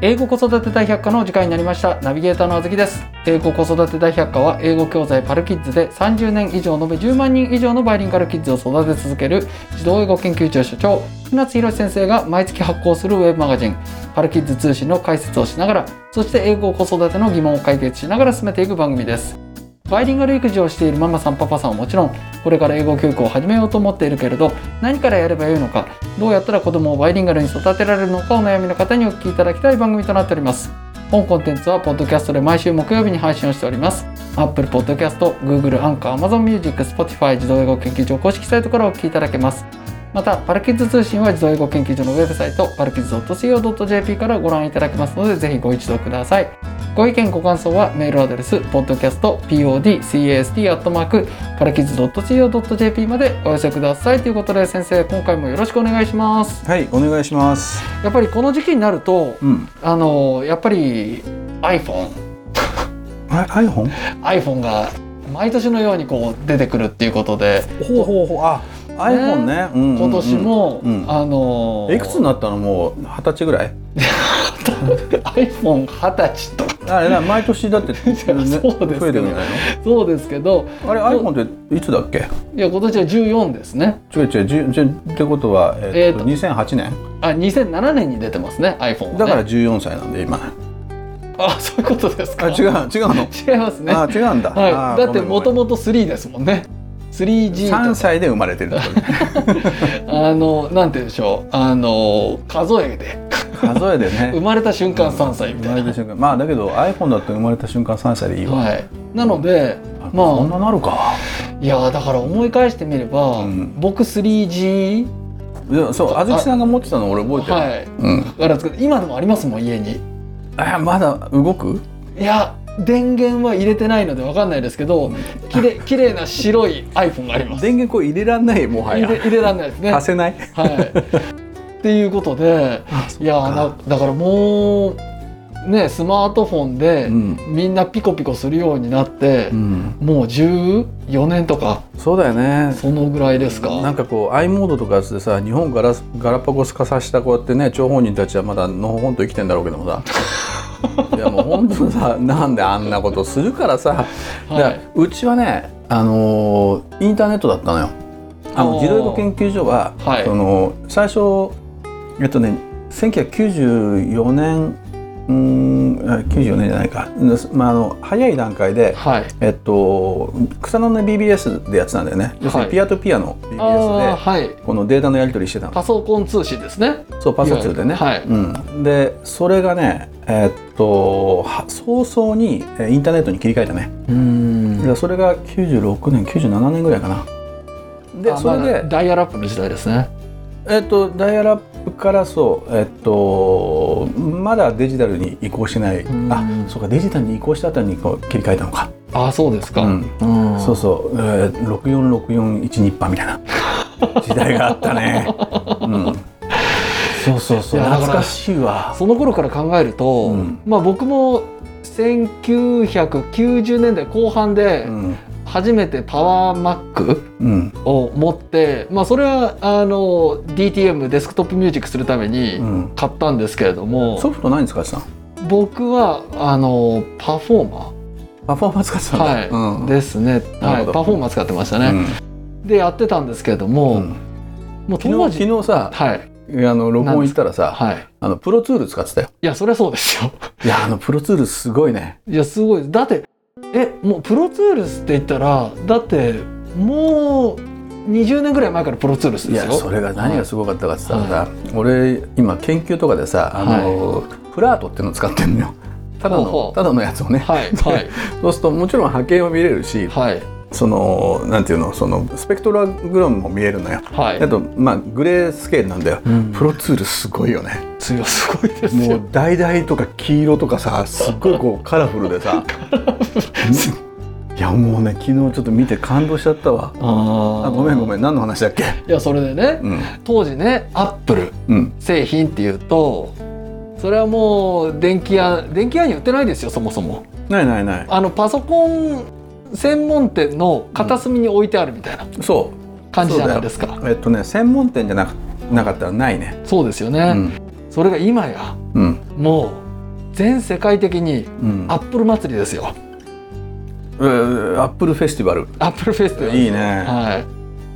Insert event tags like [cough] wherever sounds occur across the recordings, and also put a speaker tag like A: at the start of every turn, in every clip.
A: 英語子育て大百科のお時間になりましたナビゲーターのあずきです英語子育て大百科は英語教材パルキッズで30年以上延べ10万人以上のバイリンガルキッズを育て続ける児童英語研究所所長船津博先生が毎月発行するウェブマガジンパルキッズ通信の解説をしながらそして英語子育ての疑問を解決しながら進めていく番組ですバイリンガル育児をしているママさんパパさんはもちろんこれから英語教育を始めようと思っているけれど何からやればよいのかどうやったら子供をバイリンガルに育てられるのかお悩みの方にお聞きいただきたい番組となっております本コンテンツはポッドキャストで毎週木曜日に配信をしております Apple Podcast、Google、Anchor、Amazon Music、Spotify 自動英語研究所公式サイトからお聞きいただけますまたパルキッズ通信は自動英語研究所のウェブサイトパルキッズ .co.jp からご覧いただけますのでぜひご一読くださいご意見ご感想はメールアドレス podcastpodcast.parakis.co.jp パラキッズ .co.jp までお寄せくださいということで先生今回もよろしくお願いします
B: はい、お願いします。
A: やっぱりこの時期になると
B: うん。
A: あのやっぱり iPhone
B: あ、iPhone?
A: iPhone が毎年のようにこう出てくるっていうことで
B: ほうほうほう。あ、iPhone ね。うんうんうん
A: 今年。も、
B: うん
A: あの
B: えいくつになったのもう二十歳ぐらい
A: [laughs] iPhone20 歳とか
B: あ
A: [laughs]
B: れだ毎年だって、ね、
A: そうですけど
B: 増えてるんじゃない
A: そうですけど
B: のあれ iPhone っていつだっけ
A: いや今年は14ですね
B: 違う違うじゅじゅってことは、えっと
A: え
B: 2008年
A: あ2007年に出てますね iPhone は、ね、
B: だから14歳なんで今
A: あそういうことです
B: あ
A: か
B: 違う違うの、
A: 違いますね
B: あ違うんだ、あ
A: はい、だってもと
B: も
A: もと3ですもんね 3G
B: 3
A: と
B: 歳で生まれてるってことね
A: [laughs] あのなんて言うんでしょうあの数えで
B: 数えで
A: 生
B: ね
A: まれた瞬間3歳みた
B: 生ま
A: い
B: れ
A: な
B: た、瞬間まあだけど iPhone だと生まれた瞬間3歳でいいわ、
A: はい、なので
B: あ
A: まあ
B: そんななるか
A: いやーだから思い返してみれば、
B: うん
A: 僕 3G
B: いやそうあずきさんが持ってたの俺覚えてる、
A: はい
B: うん
A: からですけど今でもありますもん家に
B: あまだ動く
A: いや電源は入れてないのでわかんないですけどきれきれいな白い iPhone があります
B: 電源こう入れらんないもは
A: 入
B: や
A: れ入れられないですね
B: 貸せない
A: はいっていうことでいやーなだからもうねスマートフォンで、
B: うん、
A: みんなピコピコするよ [laughs] うになって
B: う、ん、
A: もう14年とか
B: そうだよね
A: そのぐらいですか
B: なんかこう i モードとかやつでさ日本ガラスガラパゴス化させたこうやってね張本人たちはまだのほほんと生きてんだろうけども
A: [laughs]
B: さいやもう本当さなんであんなことするからさ、
A: はい
B: だからうちはねあのーインターネットだったのよあの
A: おー
B: 自動英語研究所は、
A: はい
B: その最初えっとね1994年うーんあ94年じゃないか、まあ、あの早い段階で、
A: はい
B: えっと、草の根 BBS でやってたんだよね、要する
A: はい
B: にピアトピアの
A: あー
B: BBS で
A: はい
B: このデータのやり取りしてたの
A: パソコン通信ですね
B: そうパソツーでね、
A: はい
B: うん、でそれがねえっとは早々にえーインターネットに切り替えたね、
A: うん
B: でそれが96年97年ぐらいかなでそれで、
A: ダイヤルアップの時代ですね
B: えっと、ダイヤルアップからそうえっとまだデジタルに移行してない
A: ん
B: あそうかデジタルに移行したあたりにこう切り替えたのか、
A: ああそうですか、
B: うん、
A: うん
B: そうそう、えー、646412パみたいな時代があったね。
A: [laughs]
B: うん、そうそうそう
A: いやだから
B: 懐かしいわ。
A: その頃から考えると、
B: うん
A: まあ僕も1990年代後半で
B: うん、
A: 初めてパワーマック
B: うん、
A: を持って、まあ、それはあの DTM デスクトップミュージックするために
B: うん。
A: 買ったんですけれども、
B: ソフト何使ってたの？
A: 僕はあのパフォーマ
B: パフォーマンス使ってたんだ。
A: はい
B: うん、
A: ーですね、
B: な
A: は
B: る
A: い、
B: ほど
A: パフォーマンス使ってました
B: う
A: ね、
B: ん
A: でやってたんですけれど
B: う
A: も、
B: ん
A: もう当
B: 昨日
A: 時
B: 昨日さ、
A: はい
B: あの録音行ったらさ、
A: はい
B: あのプロツール使ってたよ。
A: いやそりゃそうですよ [laughs]
B: いやあのプロツールすごいね。
A: いやすごいだってえもうプロツールスって言ったらだってもう20年ぐらい前からプロツールス
B: い
A: です
B: や
A: よ
B: それが何がすごかったかって言ったらさ、俺今研究とかでさ、あの、フラートっていうの使ってんのよ。ただの
A: ほうほう
B: ただのやつをね。
A: はいはい
B: そうするともちろん波形も見れるし、
A: はい
B: そのなんていうのそのスペクトラグラムも見えるのよ [laughs]
A: はい
B: あとまあグレースケールなんだよ
A: うん
B: プロツールすごいよね
A: 強すごいです
B: も
A: よ
B: う橙とか黄色とかさすっごいこうカラフルで [laughs] さいやもうね昨日ちょっと見て感動しちゃったわ
A: あ
B: あごめんご
A: ん
B: めん何の話だっけ
A: いやそれでね
B: うん
A: 当時ねアップル
B: うん
A: 製品っていうとそれはもう電気屋電気屋に売ってないですよそもそも
B: ないないない
A: あのパソコン専門店の片隅に置いてあるみたいな
B: そ
A: 感じじゃないですかそう
B: うえっとね専門店じゃなくなかったらないね
A: ですよ
B: う
A: ね、
B: ん
A: それが今や
B: うん
A: もう全世界的に
B: うん
A: アップル祭りですよ
B: えーアップルフェスティバル
A: アップルフェスティバル
B: いいね
A: はい、っ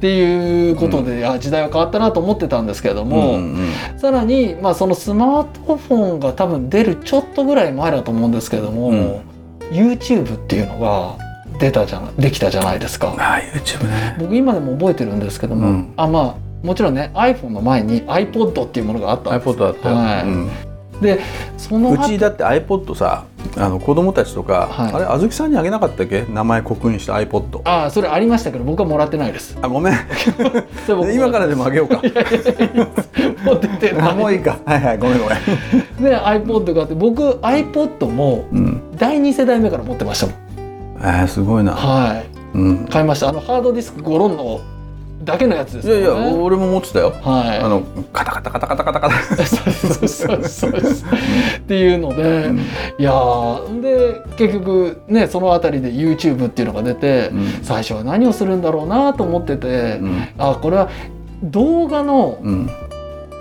A: ていうことで、あ時代は変わったなと思ってたんですけども、
B: うんうん
A: さらに、まあ、そのスマートフォンが多分出るちょっとぐらい前だと思うんですけども、
B: うん
A: YouTube っていうのが出たじゃなできたじゃないですか
B: ああ YouTube ね
A: 僕今でも覚えてるんですけども、
B: うん
A: あまあもちろんね iPhone の前に iPod っていうものがあったんです
B: iPod だったよ、
A: はい
B: うん
A: その
B: う
A: 後
B: ちだって iPod さあの子供たちとか、
A: はい
B: あれあずきさんにあげなかったっけ名前刻印した iPod
A: あそれありましたけど僕はもらってないです
B: あごめん
A: それ僕
B: 今からでもあげようか
A: 持ってて
B: あもういいかはいはいごめんごめん、
A: で iPod があって僕 iPod も
B: うん
A: 第2世代目から持ってましたもん
B: えー、すごいな、
A: はい
B: うん、
A: 買いましたあのハードディスクゴロンのだけのやつです
B: い
A: よ
B: や
A: ね
B: いや俺も持ってたよ
A: はい
B: あのカタカタカタカタカタカタ、
A: [laughs] そうそうそうそうっていうので、
B: うん
A: いやーで結局ねその辺りで YouTube っていうのが出て、
B: うん
A: 最初は何をするんだろうなと思ってて、
B: うん
A: あこれは動画の
B: うん、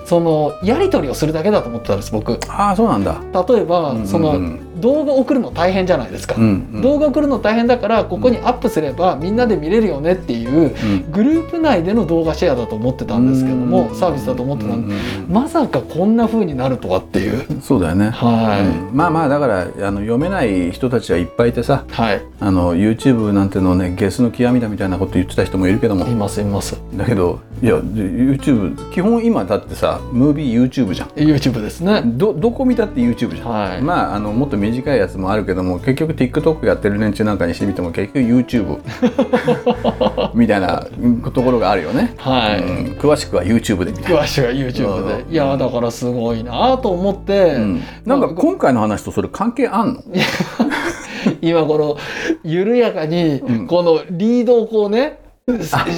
A: そのやり取りをするだけだと思ってたんです僕例
B: ああそうなんだ、
A: えば、
B: うん
A: そ
B: うんう
A: の動画送るの大変じゃないですか、
B: うんうん
A: 動画送るの大変だからここにアップすればみんなで見れるよねっていう
B: うん
A: グループ内での動画シェアだと思ってたんですけどもサービスだと思ってたんで
B: うんうん
A: まさかこんな風になるとはっていう
B: うんそうだよね、
A: はい、
B: うんまあまあだからあの読めない人たちはいっぱいいてさ
A: はい
B: あの YouTube なんてのねゲスの極みだみたいなこと言ってた人もいるけども
A: いますいます
B: だけどいや YouTube 基本今だってさムービー YouTube じゃん
A: YouTube ですね
B: どどこ見たって YouTube じゃん、
A: はい
B: まああのもっと短いやつもあるけども結局 TikTok やってる連中なんかにしてみても結局
A: [laughs]
B: YouTube みたいなうんところがあるよね、
A: はい、
B: うん詳しくは YouTube でみたいな、
A: 詳しくは YouTube で、
B: うん
A: いやだからすごいなと思って、
B: うんなんか今回の話とそれ関係あんの
A: 今この緩やかに
B: うん
A: このリードをこうね、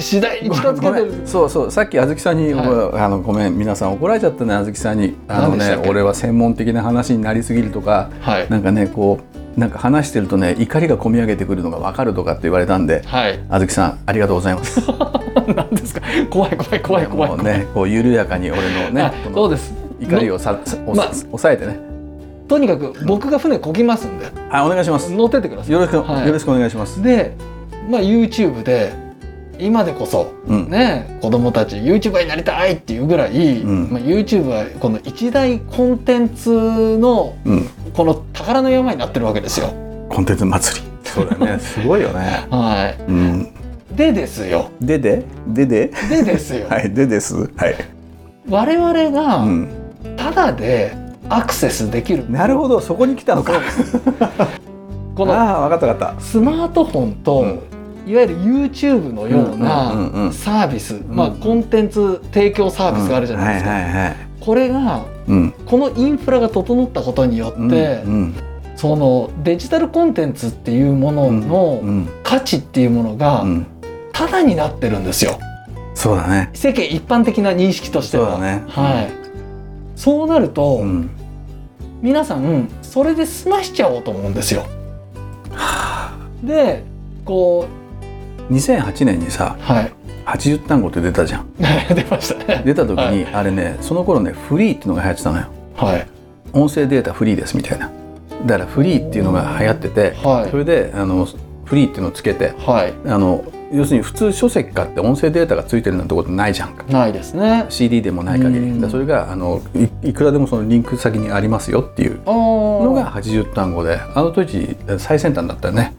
A: 次第に近づ
B: ご
A: け
B: め
A: てる
B: んそうそうさっきあずきさんに、
A: は
B: あのごめん皆さん怒られちゃったねあずきさんにあの
A: 何でし
B: ね
A: たっけ
B: 俺は専門的な話になりすぎるとか
A: はい
B: なんかねこうなんか話してるとね怒りがこみ上げてくるのがわかるとかって言われたんで
A: はい
B: あずきさんありがとうございます
A: [laughs] 何ですか怖い怖い怖い怖い
B: も
A: 怖
B: う
A: い、
B: ねこう緩やかに俺のね
A: あ
B: この
A: そうです
B: 怒りをささおさ
A: ま
B: 抑えてね
A: とにかく僕が船こぎますんで
B: はいお願いしますよ
A: 乗ってってください
B: ろしく、
A: はい
B: よろしくお願いします
A: で、まあ、YouTube で今でこそ、
B: うん
A: ね子供たち YouTuber になりたいっていうぐらい、
B: うん
A: まあ、YouTube はこの一大コンテンツの
B: うん
A: この宝の山になってるわけですよ。
B: コンテンツ祭りそうだね [laughs] すごいよね
A: は
B: うん
A: い、でですよ
B: でででで
A: でですよ、
B: はいでですはい
A: 我々
B: う
A: が
B: ん
A: ただでアクセスできる、
B: なるほどそこに来たのか。
A: この
B: ああ分かった分かっ
A: スマートフォンと、
B: うん
A: いわゆる YouTube の
B: た。
A: よう
B: うん
A: な
B: うんうん
A: サービス、まあ、
B: うん
A: コンテンツ提供サービスがあるじゃないですか。
B: はいはいはい。
A: これが
B: うん。
A: このインフラが整ったことによって、
B: うん
A: そのデジタルコンテンツっていうもの
B: う
A: の
B: ん
A: 価値っていうもの
B: う
A: が
B: ん。
A: ただになってるんですよ
B: そうだね。
A: 世間一般的な認識として
B: そう
A: は。
B: だね。
A: はい、そうなると、
B: うん。
A: 皆さんそれで済ましちゃおうと思うんですよ。でこ
B: 2008年にさ
A: うはい [laughs]
B: 80単語って出たじゃん。
A: 出ましたね。
B: 出た時にあれねその頃ねフリーっていうのが流行ってたのよ。
A: はい
B: 音声データフリーですみたいな。だからフリーっていうのが流行ってて
A: はい
B: それであのフリーっていうのをつけて
A: はい
B: あの要するに普通書籍化って音声データがついてるなんてことないじゃんか。
A: ないですね。
B: CD でもない限り、
A: うん
B: だからそれがあのいいくらでもそのリンク先にありますよっていう
A: あ
B: の
A: の
B: が80単語であの当時最先端だったよね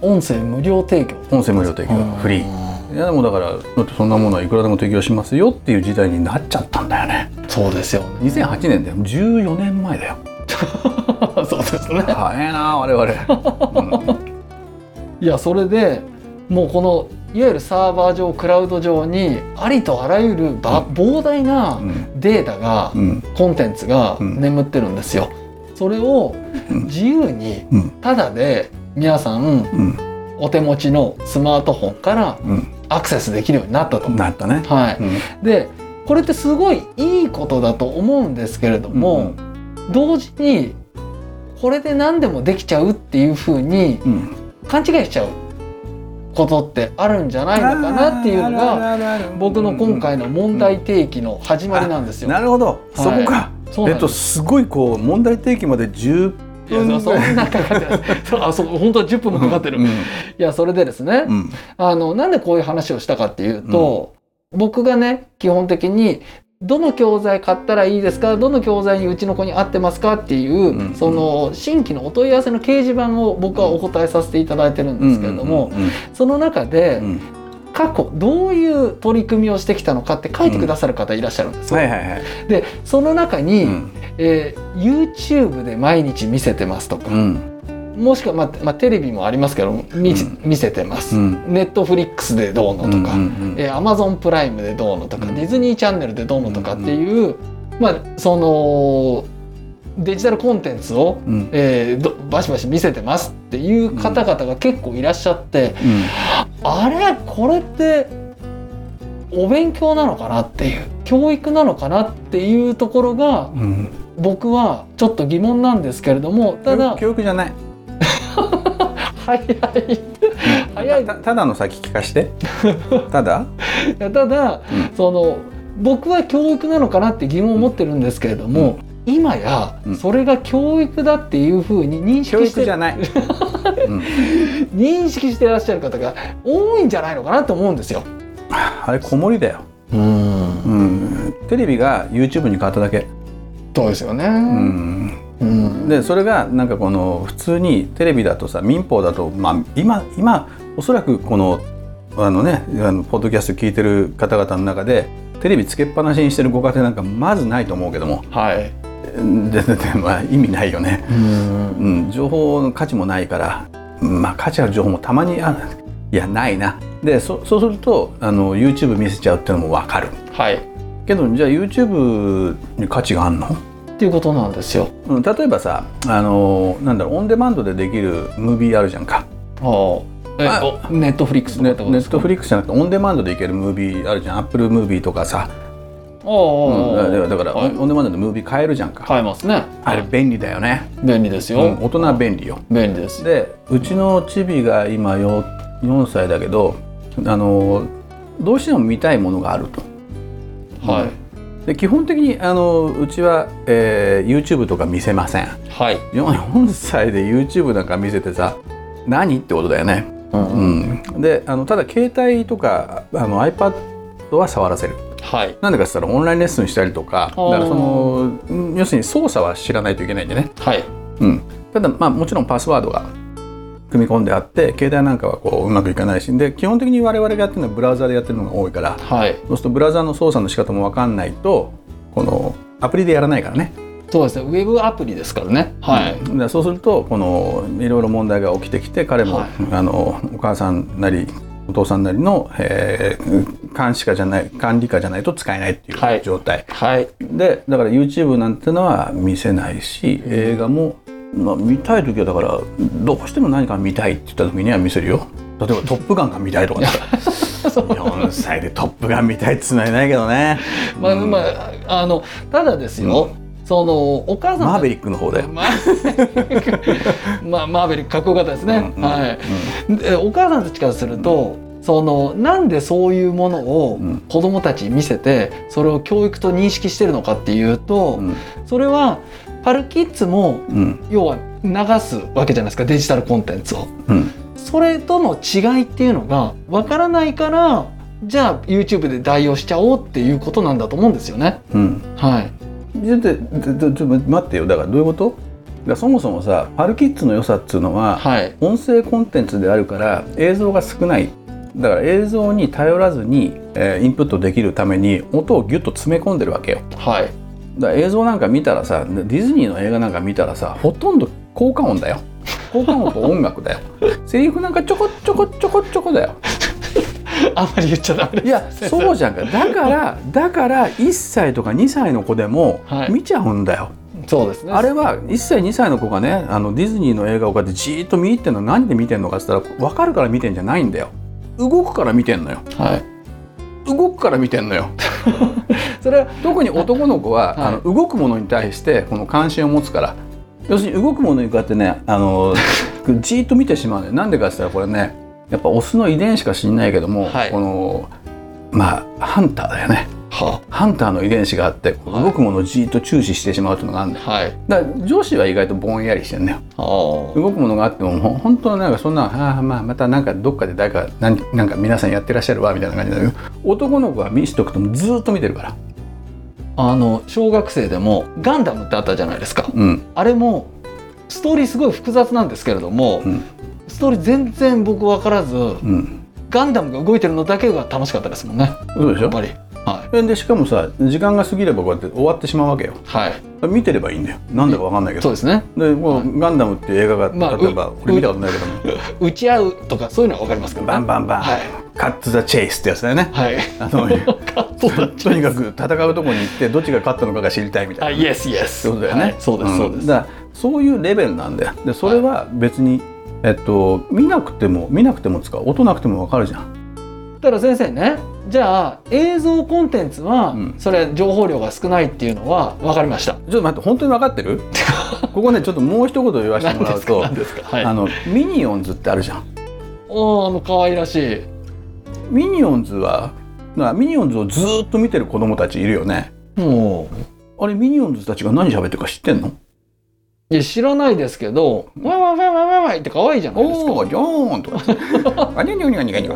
A: 音声無料提供
B: 音声無料提供フリー
A: ー
B: いやでもだからだってそんなものはいくらでも提供しますよっていう時代になっちゃったんだよね
A: そうですよね。 [laughs]
B: 2008年だよ14年前だよ
A: そうですね。
B: 早いな我々、うん
A: いやそれでもうこのいわゆるサーバー上クラウド上にありとあらゆるば膨大な
B: うん
A: データが、
B: うん
A: コンテンツが
B: うん
A: 眠ってるんですよ。それを
B: うん
A: 自由に
B: うん
A: ただで皆さん
B: うん
A: お手持ちのスマートフォンから
B: う
A: アクセスできるようになったと。
B: んなったね、
A: は
B: うん
A: い、でこれってすごいいいことだと思うんですけれども、同時にこれで何でもできちゃうっていうふうに
B: うん
A: 勘違いしちゃうことってあるんじゃないのかなっていうのが
B: あるあるあるある
A: 僕の今回の問題提起の始まりなんですよ。
B: なるほど、
A: い
B: そこか
A: そう
B: え
A: なんで
B: っと
A: す。
B: すごいこう問題提起まで10
A: いや
B: 分
A: そ
B: ぐらい
A: んなかかってないそうあそう本当は10分もかかってる、
B: うん
A: いやそれでですね、
B: うん
A: あのなんでこういう話をしたかっていうと、僕がね基本的にどの教材買ったらいいですかどの教材にうちの子に合ってますかっていう、
B: んうん
A: その新規のお問い合わせの掲示板を僕はお答えさせていただいてるんですけれども、
B: うんうん
A: その中で、
B: うんうん
A: 過去どういう取り組みをしてきたのかって書いてくださる方いらっしゃるんですよ。
B: はいはいはい
A: でその中に、
B: うん
A: えー YouTube で毎日見せてますとか、
B: うん
A: もしくは、まあまあ、テレビもありますけど見,、
B: うん
A: 見せてます、
B: うん
A: ネットフリックスでどうのとか、
B: うんうん
A: えー Amazon プライムでどうのとか、
B: うん
A: ディズニーチャンネルでどうのとかっていう、まあそのデジタルコンテンツを、
B: うんうん
A: えーどバシバシ見せてますっていう方々が結構いらっしゃって、
B: うん
A: あれこれってお勉強なのかなっていう教育なのかなっていうところが
B: うん
A: 僕はちょっと疑問なんですけれどもただ
B: 教育じゃない
A: 早い早い
B: たただの先聞かして
A: [laughs]
B: ただ
A: いやただ、
B: う
A: その僕は教育なのかなって疑問を持ってるんですけれども、今や
B: うん
A: それが教育だっていうふうに認
B: 教
A: 識し
B: 育
A: て
B: じゃないうん
A: 認識してらっしゃる方が多いんじゃないのかなと思うんですよ。
B: あれ子守だよ
A: うん
B: うんテレビが YouTube に変わっただけ
A: そうですよね。
B: うん
A: うん
B: でそれがなんかこの普通にテレビだとさ民放だと、まあ、今今おそらくこのあのねあのポッドキャスト聞いてる方々の中でテレビつけっぱなしにしてるご家庭なんかまずないと思うけども
A: はい。
B: うんでででまあ意味ないよね、
A: うん
B: うん、情報の価値もないから、まあ、価値ある情報もたまにあいやないなでそそうするとあの YouTube 見せちゃうっていうのも分かる
A: はい。
B: けどじゃあ YouTube に価値があんの
A: っていうことなんですよ。
B: うん例えばさあのなんだろうオンデマンドでできるムービーあるじゃんか
A: ああ。え
B: あ
A: おネットフリックスとか
B: ネ
A: ってこと
B: ネ
A: です
B: ット
A: か。
B: フリックスじゃなくてオンデマンドでいけるムービーあるじゃんアップルムービーとかさ、
A: あ
B: うんだから
A: あ。
B: だから、
A: はい
B: オンデマンドでムービー買えるじゃんか、
A: 買えますね。
B: あれ便利だよね、
A: 便利です
B: うん
A: よ。
B: 大人は便利よ
A: 便利です。
B: でうちのチビが今 4, 4歳だけどあのどうしても見たいものがあると
A: はい。
B: で基本的にあのうちは、えー YouTube とか見せません
A: はい。
B: 4歳で YouTube なんか見せてさ何ってことだよね
A: うん
B: うん、であのただ携帯とかあの iPad は触らせる
A: はい。
B: なんでかって言ったらオンラインレッスンしたりとか
A: あ
B: だ
A: ー
B: からそのうん要するに操作は知らないといけないんでね、
A: はい。
B: うん、ただまあもちろんパスワードが組み込んであって携帯なんかはこううまくいかないしで基本的に我々がやってるのはブラウザでやってるのが多いから
A: はい。
B: そうするとブラウザの操作の仕方も分かんないとこのアプリでやらないからね、
A: そうですね。ウェブアプリですからね。はい。
B: うんだからそうするとこのいろいろ問題が起きてきて彼も、
A: はい
B: あのお母さんなりお父さんなりの、えー監視下じゃない管理下じゃないと使えないってい
A: はいう
B: 状態、
A: はい。
B: でだから YouTube なんてのは見せないし映画も、まあ、見たい時はだからどうしても何か見たいって言った時には見せるよ例えば「トップガン」が見たいとかだったら
A: [laughs]
B: 4歳で「トップガン」見たいっつうのはいないけどね
A: まあ、まあ、あの、ただですよ。その、お母さん。
B: マーベリックの方で。
A: マーベリック。 [laughs] まあ、マーベリックかっこよかったですね。
B: うんうん
A: はい。でお母さんたちからすると、そのなんでそういうものを
B: うん
A: 子供たちに見せてそれを教育と認識してるのかっていうと
B: うんうん
A: それはパルキッズも
B: うん
A: 要は流すわけじゃないですかデジタルコンテンツを。
B: うん
A: それとの違いっていうのがわからないからじゃあ YouTube で代用しちゃおうっていうことなんだと思うんですよね。
B: うん
A: はい。
B: ちょっとちょちょちょ待ってよだからどういうことだからそもそもさパルキッズの良さっつうのは、
A: はい。
B: 音声コンテンツであるから映像が少ないだから映像に頼らずに、えーインプットできるために音をギュッと詰め込んでるわけよ
A: はい。 [laughs]
B: だから映像なんか見たらさディズニーの映画なんか見たらさほとんど効果音だよ効果音と音楽 [laughs] だよセリフなんかちょこちょこちょこちょこだよ
A: あんまり言っちゃダメ
B: い
A: です。
B: や [laughs] そうじゃんかだからだから1歳とか2歳の子でも
A: はい
B: 見ちゃうんだよ、
A: そうですね。
B: あれは1歳2歳の子がねあのディズニーの映画をこうやってじーっと見入ってんのは何で見てんのかっつったら分かるから見てんじゃないんだよ動くから見てんのよ
A: はい。
B: 動くから見てんのよ
A: それは
B: 特に男の子
A: は
B: は、
A: い
B: あの動くものに対してこの関心を持つから要するに動くものにこうやってねあのじーっと見てしまうのよなんでかっつったらこれねやっぱオスの遺伝しか知んないけども、
A: はい
B: このまあハンターだよね
A: は
B: ハンターの遺伝子があって
A: はい
B: 動くものをじーっと注視してしまうというのがあるんだよ
A: はい
B: だから女子は意外とぼんやりしてるんだよ
A: は
B: 動くものがあってももう本当なんかそんなああまあまたなんかどっかで誰かなんなんか皆さんやってらっしゃるわみたいな感じだけど男の子は見しとくともうずーっと見てるから
A: ああの小学生でもガンダムってあったじゃないですか
B: うん
A: あれもストーリーすごい複雑なんですけれども、
B: うん
A: ストーリー全然僕分からず、
B: うん
A: ガンダムが動いてるのだけが楽しかったですもんね
B: そうでし
A: や
B: ょ
A: っぱりは
B: でしかもさ時間が過ぎればこうやって終わってしまうわけよ
A: いはい
B: 見てればいいんだよなんだかわかんないけ
A: そう
B: ど
A: ですね
B: でもうガンダムっていう映画が、
A: まあ
B: 例えば
A: う
B: 俺見たことないけども
A: 打ち合うとかそういうのは分かりますけど、ね、
B: バンバンバン、
A: はい
B: カット・ザ・チェイスってやつだよね
A: [laughs] はい
B: あの
A: カットだっ
B: とにかく戦うとこに行ってどっちが勝ったのかが知りたいみ
A: た
B: た
A: あ
B: いな
A: イエスイエス
B: そうだよね、
A: はいそうです
B: ん
A: そうです、
B: だからそういうレベルなんだよでそれは別に、えっと見なくても見なくてもつか音なくてもわかるじゃん
A: ただ先生ねじゃあ映像コンテンツは、
B: うん
A: それ情報量が少ないっていうのは分かりました
B: ちょっと待って本当に分かって [laughs] るここねちょっともう一言言わせて
A: 何
B: もら
A: で
B: う
A: す
B: [laughs]
A: か
B: と
A: 何ですかはい
B: あのミニオンズってあるじゃん
A: おーあの可愛らしい
B: ミニオンズはなミニオンズをずーっと見てる子供たちいるよね
A: も
B: あれミニオンズたちが何喋ってるか知ってんの
A: ういや知らないですけど「わいわいわいわいわいわい」って可愛いじゃないですか
B: おおージョーンとか [laughs] あにゃにゃにゃにゃにゃにゃ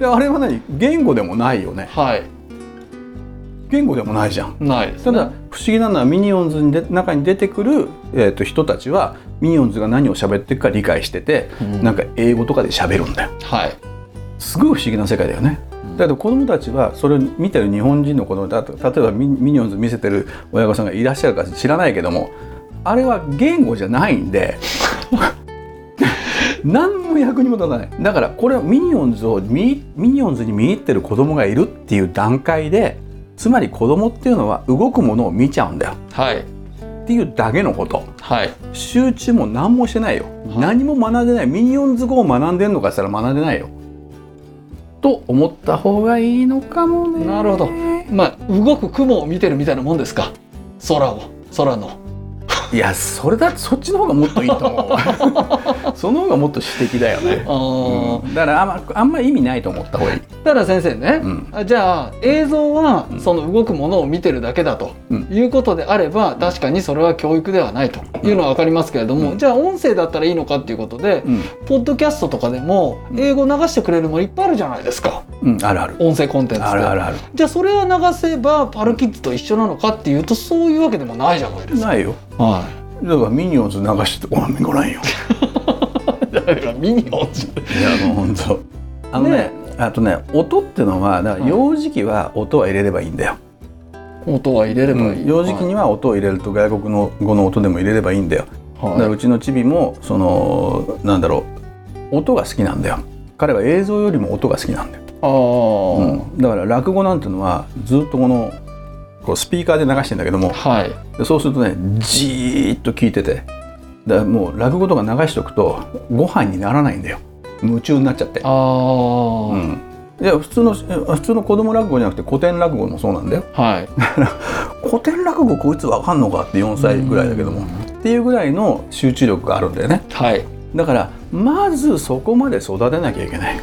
B: であれは何言語でもないよね
A: はい
B: 言語でもないじゃん
A: ないです、
B: た
A: ね、
B: だ不思議なのはミニオンズにで中に出てくる、えー、と人たちはミニオンズが何を喋ってるか理解してて
A: うん
B: なんか英語とかで喋るんだよ
A: はい
B: すごい不思議な世界だよね
A: うん
B: だけど子供たちはそれを見てる日本人の子供だと例えばミミニオンズ見せてる親御さんがいらっしゃるか知らないけどもあれは言語じゃないんで [laughs] 何も役にも立たないだからこれはミニオンズを見ミニオンズに見入ってる子供がいるっていう段階でつまり子供っていうのは動くものを見ちゃうんだよ
A: はい
B: っていうだけのこと
A: はい
B: 集中も何もしてないよ何も学んでないミニオンズ語を学んでんのかしたら学んでないよと思った方がいいのかもね
A: なるほどまあ動く雲を見てるみたいなもんですか空を空の
B: いやそれだってそっちの方がもっといいと思う [laughs] わその方がもっと詩的だよね、
A: あー、
B: うんだからあんまあんま意味ないと思った方がいい、
A: ただ先生ね、
B: うん
A: あじゃあ映像は
B: ん
A: その動くものを見てるだけだと
B: うん
A: いうことであれば確かにそれは教育ではないというのは分かりますけれども、
B: うん
A: じゃあ音声だったらいいのかっていうことで、
B: うん
A: ポッドキャストとかでも
B: うん
A: 英語流してくれるものいっぱいあるじゃないですか
B: うん、あるある
A: 音声コンテンツって
B: あるあるある
A: じゃあそれを流せばパルキッズと一緒なのかっていうとそういうわけでもないじゃないですか。
B: ないよ
A: は
B: だからミニオンズ流しててごめんごらんよ
A: い、だからミニオンズ
B: いやもう本当あのね
A: ね
B: あとね音ってのはだから幼児期は音は入れればいいんだよ、
A: 音は入れればいい、
B: うん幼児期には音を入れると外国の語の音でも入れればいいんだよ、
A: はい、
B: だからうちのチビもそのなんだろう音が好きなんだよ彼は映像よりも音が好きなんだよ、
A: ああ、
B: うんだから落語なんてのはずっとこのこうスピーカーで流してんだけども
A: はい
B: でそうするとねじーっと聞いててだからもう落語とか流しておくとご飯にならないんだよ夢中になっちゃって
A: ああ、
B: うんいや普通の普通の子供落語じゃなくて古典落語もそうなんだよ
A: はい
B: 古典落語こいつわかんのかって4歳ぐらいだけどもっていうぐらいの集中力があるんだよね
A: はい
B: だからまずそこまで育てなきゃいけない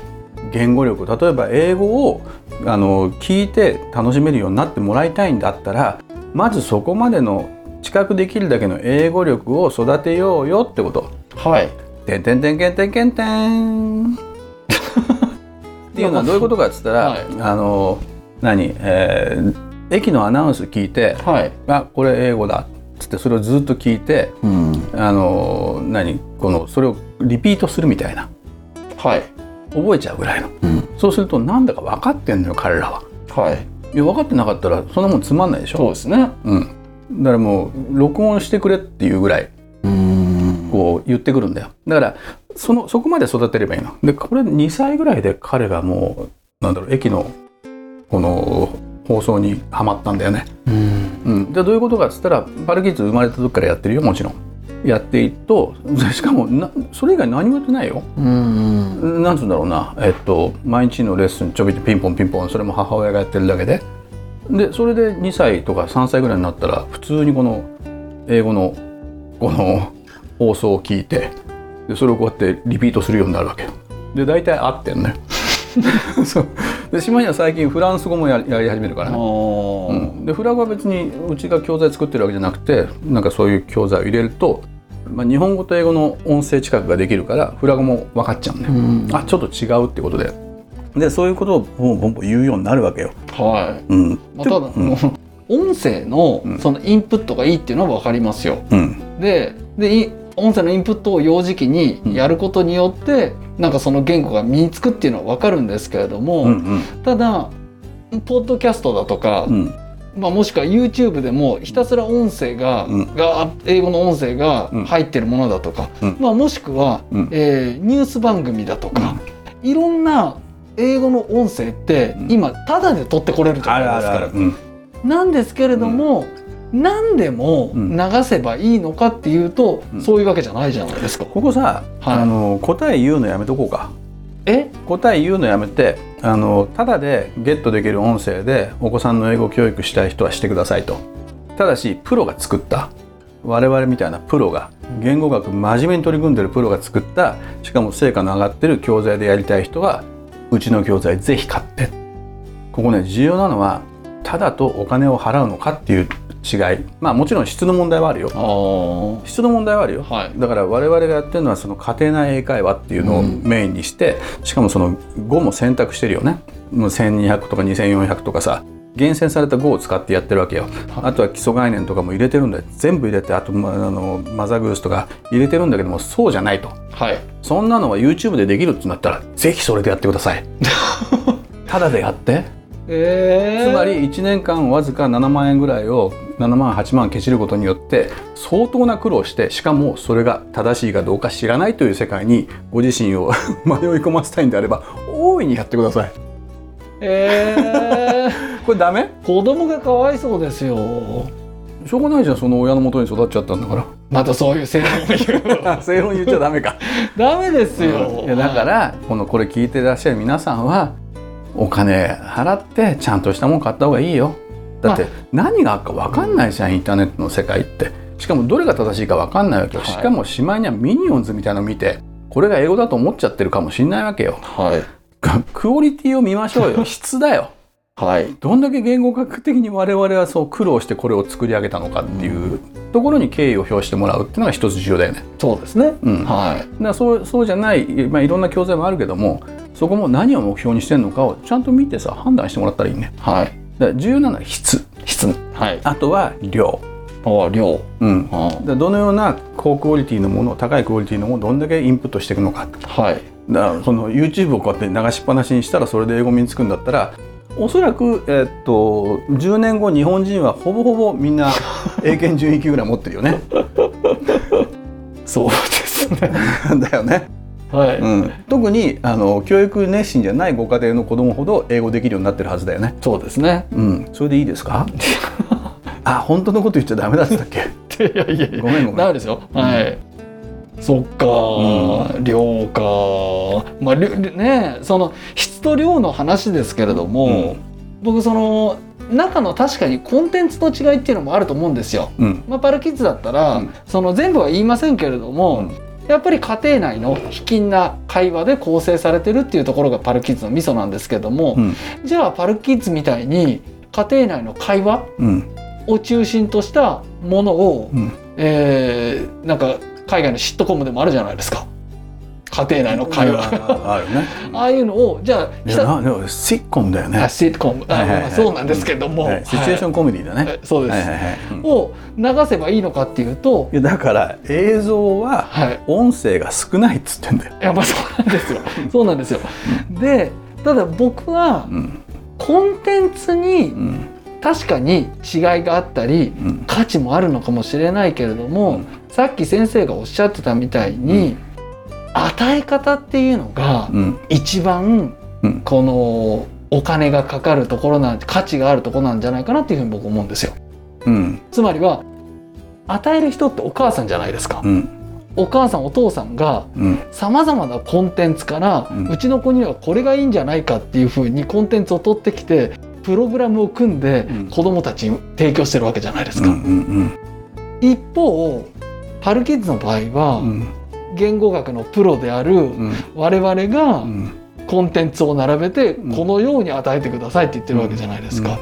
B: 言語力例えば英語をあの聞いて楽しめるようになってもらいたいんだったらまずそこまでの知覚できるだけの英語力を育てようよってこと。
A: はい
B: てんてんてんけんてんけんてんっていうのはどういうことかっつったら、
A: はい
B: あの何、えー駅のアナウンス聞いて
A: はい
B: あこれ英語だっつってそれをずっと聞いて
A: うん
B: あの何このそれをリピートするみたいな
A: はい
B: 覚えちゃうぐらいの、
A: うん
B: そうするとなんだか分かってんのよ彼らは
A: はい
B: いや分かってなかったらそんなもんつまんないでし
A: そう
B: ょ
A: ですね
B: う、ん、だからもう録音してくれっていうぐらい
A: うん
B: こう言ってくるんだよだからそのそこまで育てればいいのでこれ2歳ぐらいで彼がもうなんだろう駅のこの放送にはまったんだよね
A: うん
B: うん、じゃあどういうことかっつったらパルキッズ生まれた時からやってるよもちろんやっていくと [laughs] しかもなそれ以外何もやってないよ
A: うん
B: なんつうんだろうなえっと毎日のレッスンちょびちょびピンポンピンポンそれも母親がやってるだけででそれで2歳とか3歳ぐらいになったら普通にこの英語のこの放送を聞いて [laughs] でそれをこうやってリピートするようになるわけよで大体合ってんねそうで島には最近フランス語もやりやり始めるからね
A: お
B: う
A: ー
B: ん、でフラグは別にうちが教材作ってるわけじゃなくてなんかそういう教材を入れると、まあ、日本語と英語の音声近くができるからフラグも分かっちゃうんだよ、
A: うん
B: あちょっと違うってことででそういうことをボンボンボン言うようになるわけよ、
A: は
B: うん
A: い、まあ、ただ、
B: うん
A: も [laughs] う音声の
B: うん
A: そのインプットがいいっていうのは分かりますよ
B: うん、
A: ででい音声のインプットを幼児期にやることによって、なんかその言語が身につくっていうのは分かるんですけれども、
B: うんうん
A: ただポッドキャストだとか、
B: うん
A: まあ、もしくは YouTube でもひたすら音声が,、
B: うん
A: が英語の音声が
B: うん
A: 入ってるものだとか、
B: うん
A: まあ、もしくは、
B: うん
A: えーニュース番組だとか、いろんな英語の音声って
B: うん
A: 今タダで取ってこれるじゃ
B: ある
A: ないで
B: ある
A: すか。
B: ある、うん、
A: なんですけれども、何でも
B: うん
A: 流せばいいのかっていうと、
B: うん
A: そういうわけじゃないじゃないですか。
B: ここさ、
A: はい
B: あの答え言うのやめとこうか
A: え
B: 答え言うのやめてあのただでゲットできる音声でお子さんの英語教育したい人はしてくださいとただしプロが作った我々みたいなプロが言語学真面目に取り組んでるプロが作ったしかも成果の上がってる教材でやりたい人はうちの教材ぜひ買ってここね重要なのはただとお金を払うのかっていう違いまあもちろん質の問題はあるよ
A: あー
B: 質の問題はあるよ、
A: はい
B: だから我々がやってるのはその家庭内英会話っていうのを
A: うん
B: メインにして、しかもその語も選択してるよねもう1200とか2400とかさ厳選された語を使ってやってるわけよ、あとは基礎概念とかも入れてるんだよ全部入れてあと、まあ、あのマザーグースとか入れてるんだけどもそうじゃないと
A: はい
B: そんなのは YouTube でできるってなったらぜひそれでやってくださいただでやって
A: えー
B: つまり1年間わずか7万円ぐらいを7万8万けちることによって相当な苦労してしかもそれが正しいかどうか知らないという世界にご自身を [laughs] 迷い込ませたいんであれば大いにやってください
A: えー [laughs]
B: これダメ
A: 子供がかわいそうですよ
B: しょうがないじゃんその親の元に育っちゃったんだか
A: またそういう正論を [laughs] 言う
B: ら正論言っちゃダメか
A: ダメですよ、
B: いやだからこのこれ聞いてらっしゃる皆さんはお金払ってちゃんとしたもん買った方がいいよだって何があるか分かんないじゃんインターネットの世界ってしかもどれが正しいか分かんないわけよ、
A: はい
B: しかもしまいにはミニオンズみたいなの見てこれが英語だと思っちゃってるかもしんないわけよ
A: はい
B: クオリティを見ましょうよ質だよ
A: はい
B: どんだけ言語学的に我々はそう苦労してこれを作り上げたのかっていうところに敬意を表してもらうっていうのが一つ重要だよね
A: そうですね、
B: うん
A: はい
B: だからそうそうじゃない、まあ、いろんな教材もあるけどもそこも何を目標にしてるのかをちゃんと見てさ判断してもらったらいいね
A: はい
B: だから重要なのは質
A: 質はい
B: あとは量
A: あ量
B: うんだか
A: あ
B: らどのような高クオリティのもの高いクオリティのものをどんだけインプットしていくのかだか
A: はい
B: らその YouTube をこうやって流しっぱなしにしたらそれで英語身につくんだったらおそらく、えっと10年後日本人はほぼほぼみんな英検準1級ぐらい持ってるよね [laughs]
A: そうですね
B: だよね
A: はい、
B: うん、特にあの教育熱心じゃないご家庭の子供ほど英語できるようになってるはずだよね。
A: そうですね
B: うん、それでいいですか？あ、本当のこと言っちゃダメだったっけ？
A: [laughs] いやいやいや
B: ごめんごめん
A: ダメですよはい、そっかー、量かーまありょねその質と量の話ですけれども、僕その中の確かにコンテンツの違いっていうのもあると思うんですよ
B: うん、
A: まあ、パルキッズだったら、
B: うん
A: その全部は言いませんけれども、
B: うん
A: やっぱり家庭内の卑近な会話で構成されてるっていうところがパルキッズのミソなんですけども
B: う、ん、
A: じゃあパルキッズみたいに家庭内の会話
B: うん、
A: を中心としたものを、
B: うん。
A: えーなんか海外のシットコムでもあるじゃないですか家庭内の会話。
B: 話あるね。
A: ああいうのをじゃあ
B: いやな、でもシッコンだよね
A: あ。シットコム、あ
B: はいはいはい
A: まあそうなんですけども、
B: はい、シチュエーショ
A: ン、
B: ンコメディだね。
A: えそうです、
B: はいはいはい。うん
A: を流せばいいのかっていうと
B: い、やだから映像は
A: はい、
B: 音声が少ないっつってんだよ。
A: いやまあそうなん
B: [laughs]
A: ですよそうなんですよでただ僕は
B: うん、
A: コンテンツに
B: うん、
A: 確かに違いがあったり
B: うん、
A: 価値もあるのかもしれないけれど
B: う
A: も、
B: ん
A: さっき先生がおっしゃってたみたいに、与え方っていうのが
B: うん、
A: 一番
B: うん
A: このお金がかかるところなん価値があるところなんじゃないかなっていうふうに僕思うんですよ。
B: うん、
A: つまりは与える人ってお母さんじゃないですか。
B: うん、
A: お母さんお父さんが
B: うん。
A: さまざまなコンテンツから、
B: う
A: うんちの子にはこれがいいんじゃないかっていうふうにコンテンツを取ってきてプログラムを組んで
B: うん
A: 子どもたちに提供してるわけじゃないです
B: う
A: か。
B: ん、うん、
A: 一方パルキッズの場合は、
B: うん、
A: 言語学のプロである
B: うん、
A: 我々が
B: うん、
A: コンテンツを並べてこのように与えてくださいって言ってるわけじゃないですか、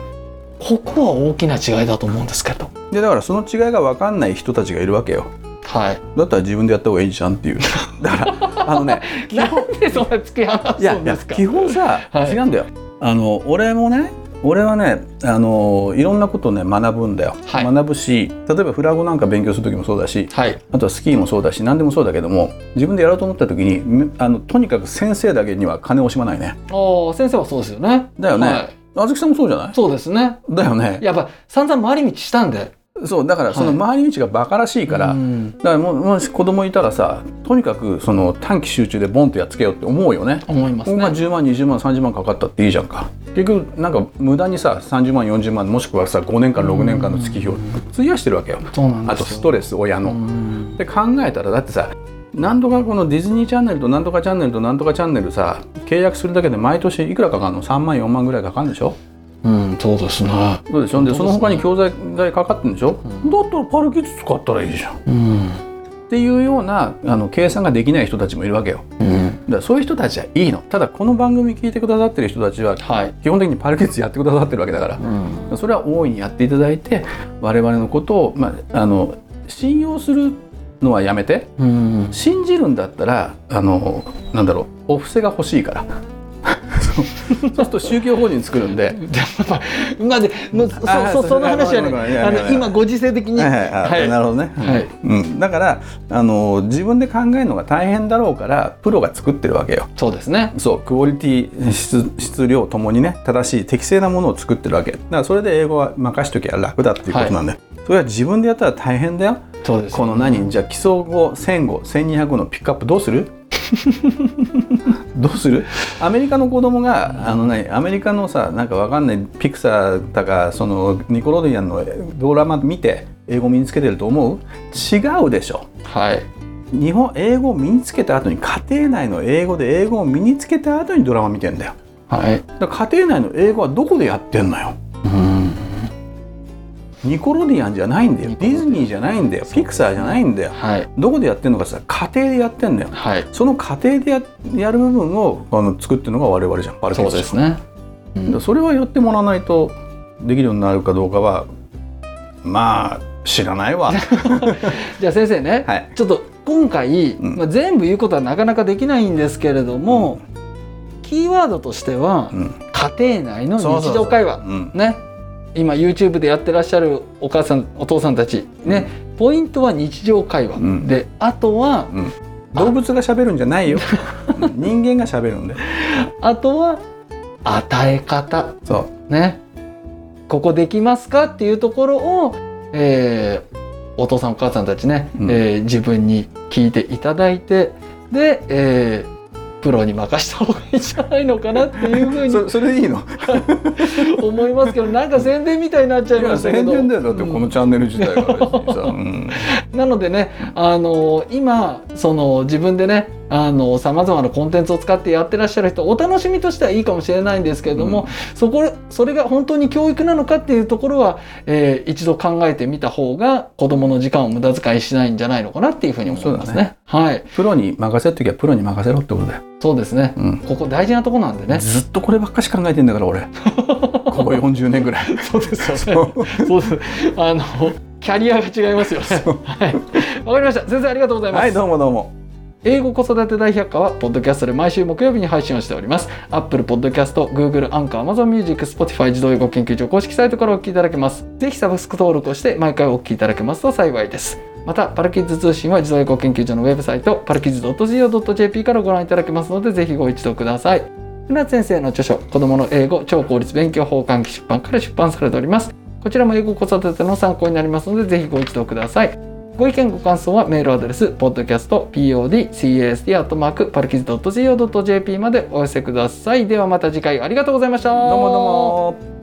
A: ここは大きな違いだと思うんですけど
B: でだからその違いが分かんない人たちがいるわけよ
A: はい
B: だったら自分でやった方がいいじゃんっていうだ
A: [laughs]
B: からあのね
A: なんでそんな突き放
B: いや
A: すん
B: い
A: で
B: や
A: すか
B: 基本さ、
A: はい
B: 違うんだよあの俺もね俺はねあのいろんなことをね学ぶんだよ、
A: はい
B: 学ぶし例えばフラゴなんか勉強する時もそうだし
A: はい
B: あとはスキーもそうだし何でもそうだけども自分でやろうと思った時にむあのとにかく先生だけには金を惜しまないね
A: お先生はそうですよね
B: だよね
A: は
B: あずきさんもそうじゃない
A: い、そうですね
B: だよね
A: やっぱ散々回り道したんで
B: そうだからその回り道がバカらしいから、
A: うん
B: だからもうもし子供いたらさとにかくその短期集中でボンとやっつけようって思うよね。
A: 思います
B: まあ
A: ね
B: 10万20万30万かかったっていいじゃんか結局なんか無駄にさ30万40万もしくはさ5年間6年間の月日を費やしてるわけよ
A: そうなん
B: あ
A: です
B: と
A: よ
B: ストレス親の、
A: うん
B: で考えたらだってさ何とかこのディズニーチャンネルと何とかチャンネルと何とかチャンネルさ契約するだけで毎年いくらかかるの3万4万ぐらいかかるんでしょ
A: うんそうですね
B: そうでしょでその他に教材代かかってるんでしょ、
A: うん
B: だったらパルキッズ使ったらいいじゃんっ
A: うん
B: ていうようなあの計算ができない人たちもいるわけよ
A: うん
B: だからそういう人たちはいいのただこの番組聞いてくださってる人たちは
A: はい
B: 基本的にパルキッズやってくださってるわけだから
A: うん
B: それは大いにやっていただいて我々のことを、まあ、あの信用するのはやめて
A: うん
B: 信じるんだったらあのなんだろうお布施が欲しいから [laughs] そうそうすると宗教法人作るんで
A: まあでもうそ
B: あ
A: そ
B: そう
A: その話はね
B: ごめんごめんご
A: あ
B: めん
A: の今ご時世的にはい
B: るほどね、
A: はい
B: うん、だからあの自分で考えるのが大変だろうからプロが作ってるわけよ
A: そうですね
B: そうクオリティ質質量ともにね正しい適正なものを作ってるわけだからそれで英語は任しときゃ楽だっていうことなんだよ、それは自分でやったら大変だよ
A: そうです
B: この何じゃあ基礎語1000語1200語のピックアップどうするどうするアメリカの子供があのねアメリカのさなんかわかんないピクサーだかそのニコロディアンのドラマ見て英語身につけてると思う違うでしょ
A: はい
B: 日本英語を身につけた後に家庭内の英語で英語を身につけた後にドラマ見てんだよ
A: はい
B: だから家庭内の英語はどこでやってんのよ
A: うん
B: ニコロディアンじゃないんだよディズニーじゃないんだよピクサーじゃないんだよ
A: はい
B: どこでやってんのかさ家庭でやってんだよ
A: はい
B: その過程でややる部分をあの作ってるのが我々じゃんバルケ
A: そ
B: ン
A: う
B: じゃん
A: ですねうん
B: だからそれはやってもらわないとできるようになるかどうかはまあ知らな
A: [laughs]
B: いわ
A: じゃあ先生ね
B: はい
A: ちょっと今回、
B: うん
A: まあ、全部言うことはなかなかできないんですけれども、キーワードとしては、
B: うん
A: 家庭内の日常会話
B: うん
A: ね今 YouTube でやってらっしゃるお母さんお父さんたちね、ポイントは日常会話、
B: うん
A: であとは
B: うん動物が喋るんじゃな
A: [laughs]
B: いようん人間が喋るんだよ
A: あとは与え方
B: そ
A: ねここできますかっていうところを、えーお父さんお母さんたちね、
B: うん
A: えー自分に聞いていただいてで、えープロに任した方がいいんじゃないのかなっていうふう
B: う
A: に
B: そそれでいいの
A: 思いますけどなんか宣伝みたいになっちゃい
B: い
A: ま
B: や
A: したけ
B: 宣
A: ど
B: 伝だよだってこのチャンネル自体は別にさ、うん
A: なのでね、あの今その自分でねあの様々なコンテンツを使ってやってらっしゃる人お楽しみとしてはいいかもしれないんですけれども、そこそれが本当に教育なのかっていうところは、えー一度考えてみた方が子どもの時間を無駄遣いしないんじゃないのかなっていうふうに思いますね。
B: そうだね
A: はい、
B: プロに任せる時はプロに任せろってことだよ、
A: そうですね。
B: うん
A: ここ大事なとこなんでね。
B: ずっとこればっかし考えてんだから俺
A: [laughs]
B: ここ40年ぐらい
A: そうですよね。 [laughs] そうです。あのキャリアが違いますよね。はい。わかりました。先生ありがとうございます。
B: はいどうもどうも
A: 英語子育て大百科はポッドキャストで毎週木曜日に配信をしております Apple Podcast、Google、アンカー、Amazon Music、Spotify 自動英語研究所公式サイトからお聞きいただけますぜひサブスク登録をして毎回お聞きいただけますと幸いですまたパルキッズ通信は自動英語研究所のウェブサイトパルキッズ .co.jp からご覧いただけますのでぜひご一読ください船津先生の著書子供の英語超効率勉強法換気出版から出版されておりますこちらも英語子育ての参考になりますのでぜひご一読くださいご意見ご感想はメールアドレス podcastpodcast.co.jp までお寄せください。ではまた次回ありがとうございました。ど
B: どうもどうも